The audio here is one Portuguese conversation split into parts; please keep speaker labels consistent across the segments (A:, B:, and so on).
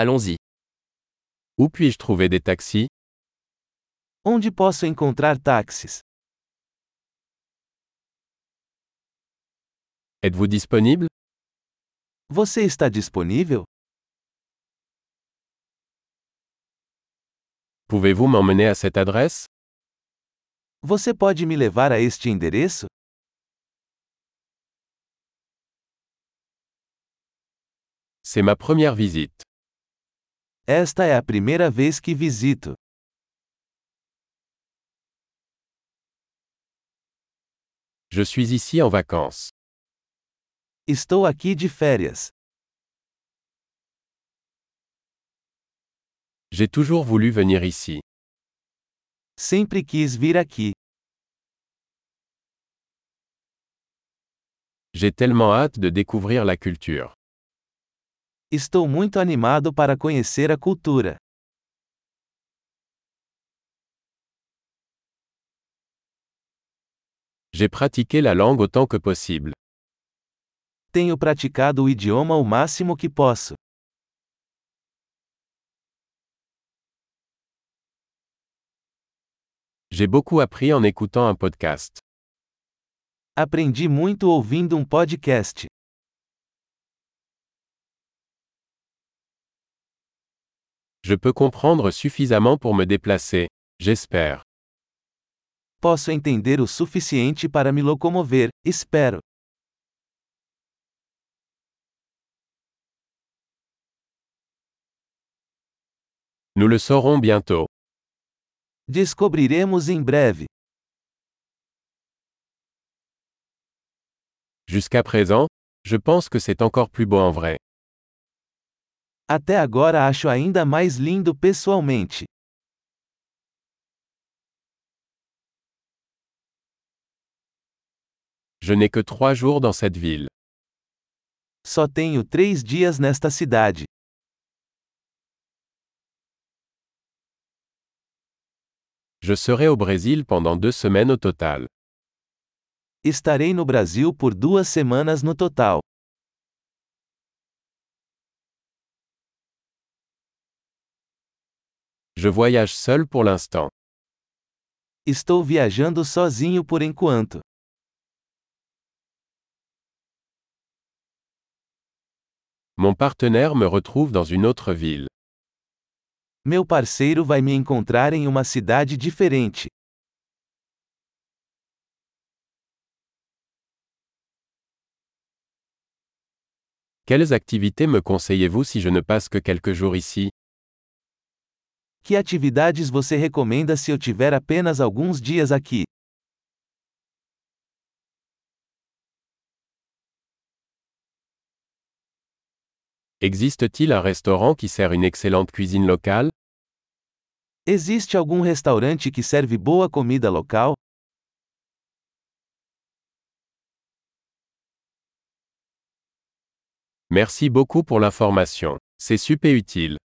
A: Allons-y. Où puis-je trouver des taxis
B: Onde posso encontrar táxis?
A: Êtes-vous disponible
B: Você está disponível?
A: Pouvez-vous m'emmener à cette adresse
B: Você pode me levar a este endereço?
A: C'est ma première visite.
B: Esta é a primeira vez que visito.
A: Je suis ici en vacances.
B: Estou aqui de férias.
A: J'ai toujours voulu venir ici.
B: Sempre quis vir aqui.
A: J'ai tellement hâte de découvrir la culture.
B: Estou muito animado para conhecer a cultura.
A: J'ai pratiqué la langue autant que possible.
B: Tenho praticado o idioma o máximo que posso.
A: J'ai beaucoup appris en écoutant un podcast.
B: Aprendi muito ouvindo um podcast.
A: Je peux comprendre suffisamment pour me déplacer, j'espère.
B: Posso entender o suficiente para me locomover, espero.
A: Nous le saurons bientôt.
B: Descobriremos em breve.
A: Jusqu'à présent, je pense que c'est encore plus beau en vrai.
B: Até agora acho ainda mais lindo pessoalmente.
A: Je n'ai que trois jours dans cette ville.
B: Só tenho três dias nesta cidade.
A: Je serai au Brésil pendant deux semaines au total.
B: Estarei no Brasil por duas semanas no total.
A: Je voyage seul pour l'instant.
B: Estou viajando sozinho por enquanto.
A: Mon partenaire me retrouve dans une autre ville.
B: Meu parceiro vai me encontrar em uma cidade diferente.
A: Quelles activités me conseillez-vous si je ne passe que quelques jours ici
B: Que atividades você recomenda se eu tiver apenas alguns dias aqui?
A: Existe-t-il un restaurant qui sert une excellente cuisine locale
B: Existe algum restaurante que serve boa comida local?
A: Merci beaucoup pour l'information. C'est super utile.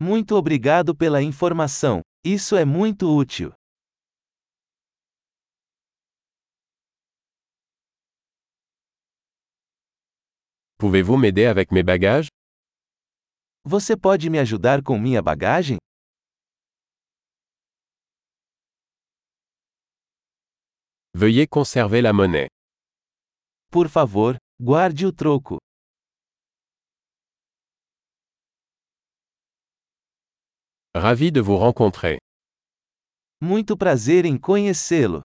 B: Muito obrigado pela informação. Isso é muito útil.
A: Pouvez-vous m'aider avec mes bagages
B: Você pode me ajudar com minha bagagem?
A: Veuillez conserver la monnaie.
B: Por favor, guarde o troco.
A: Ravi de vous rencontrer.
B: Muito prazer em conhecê-lo.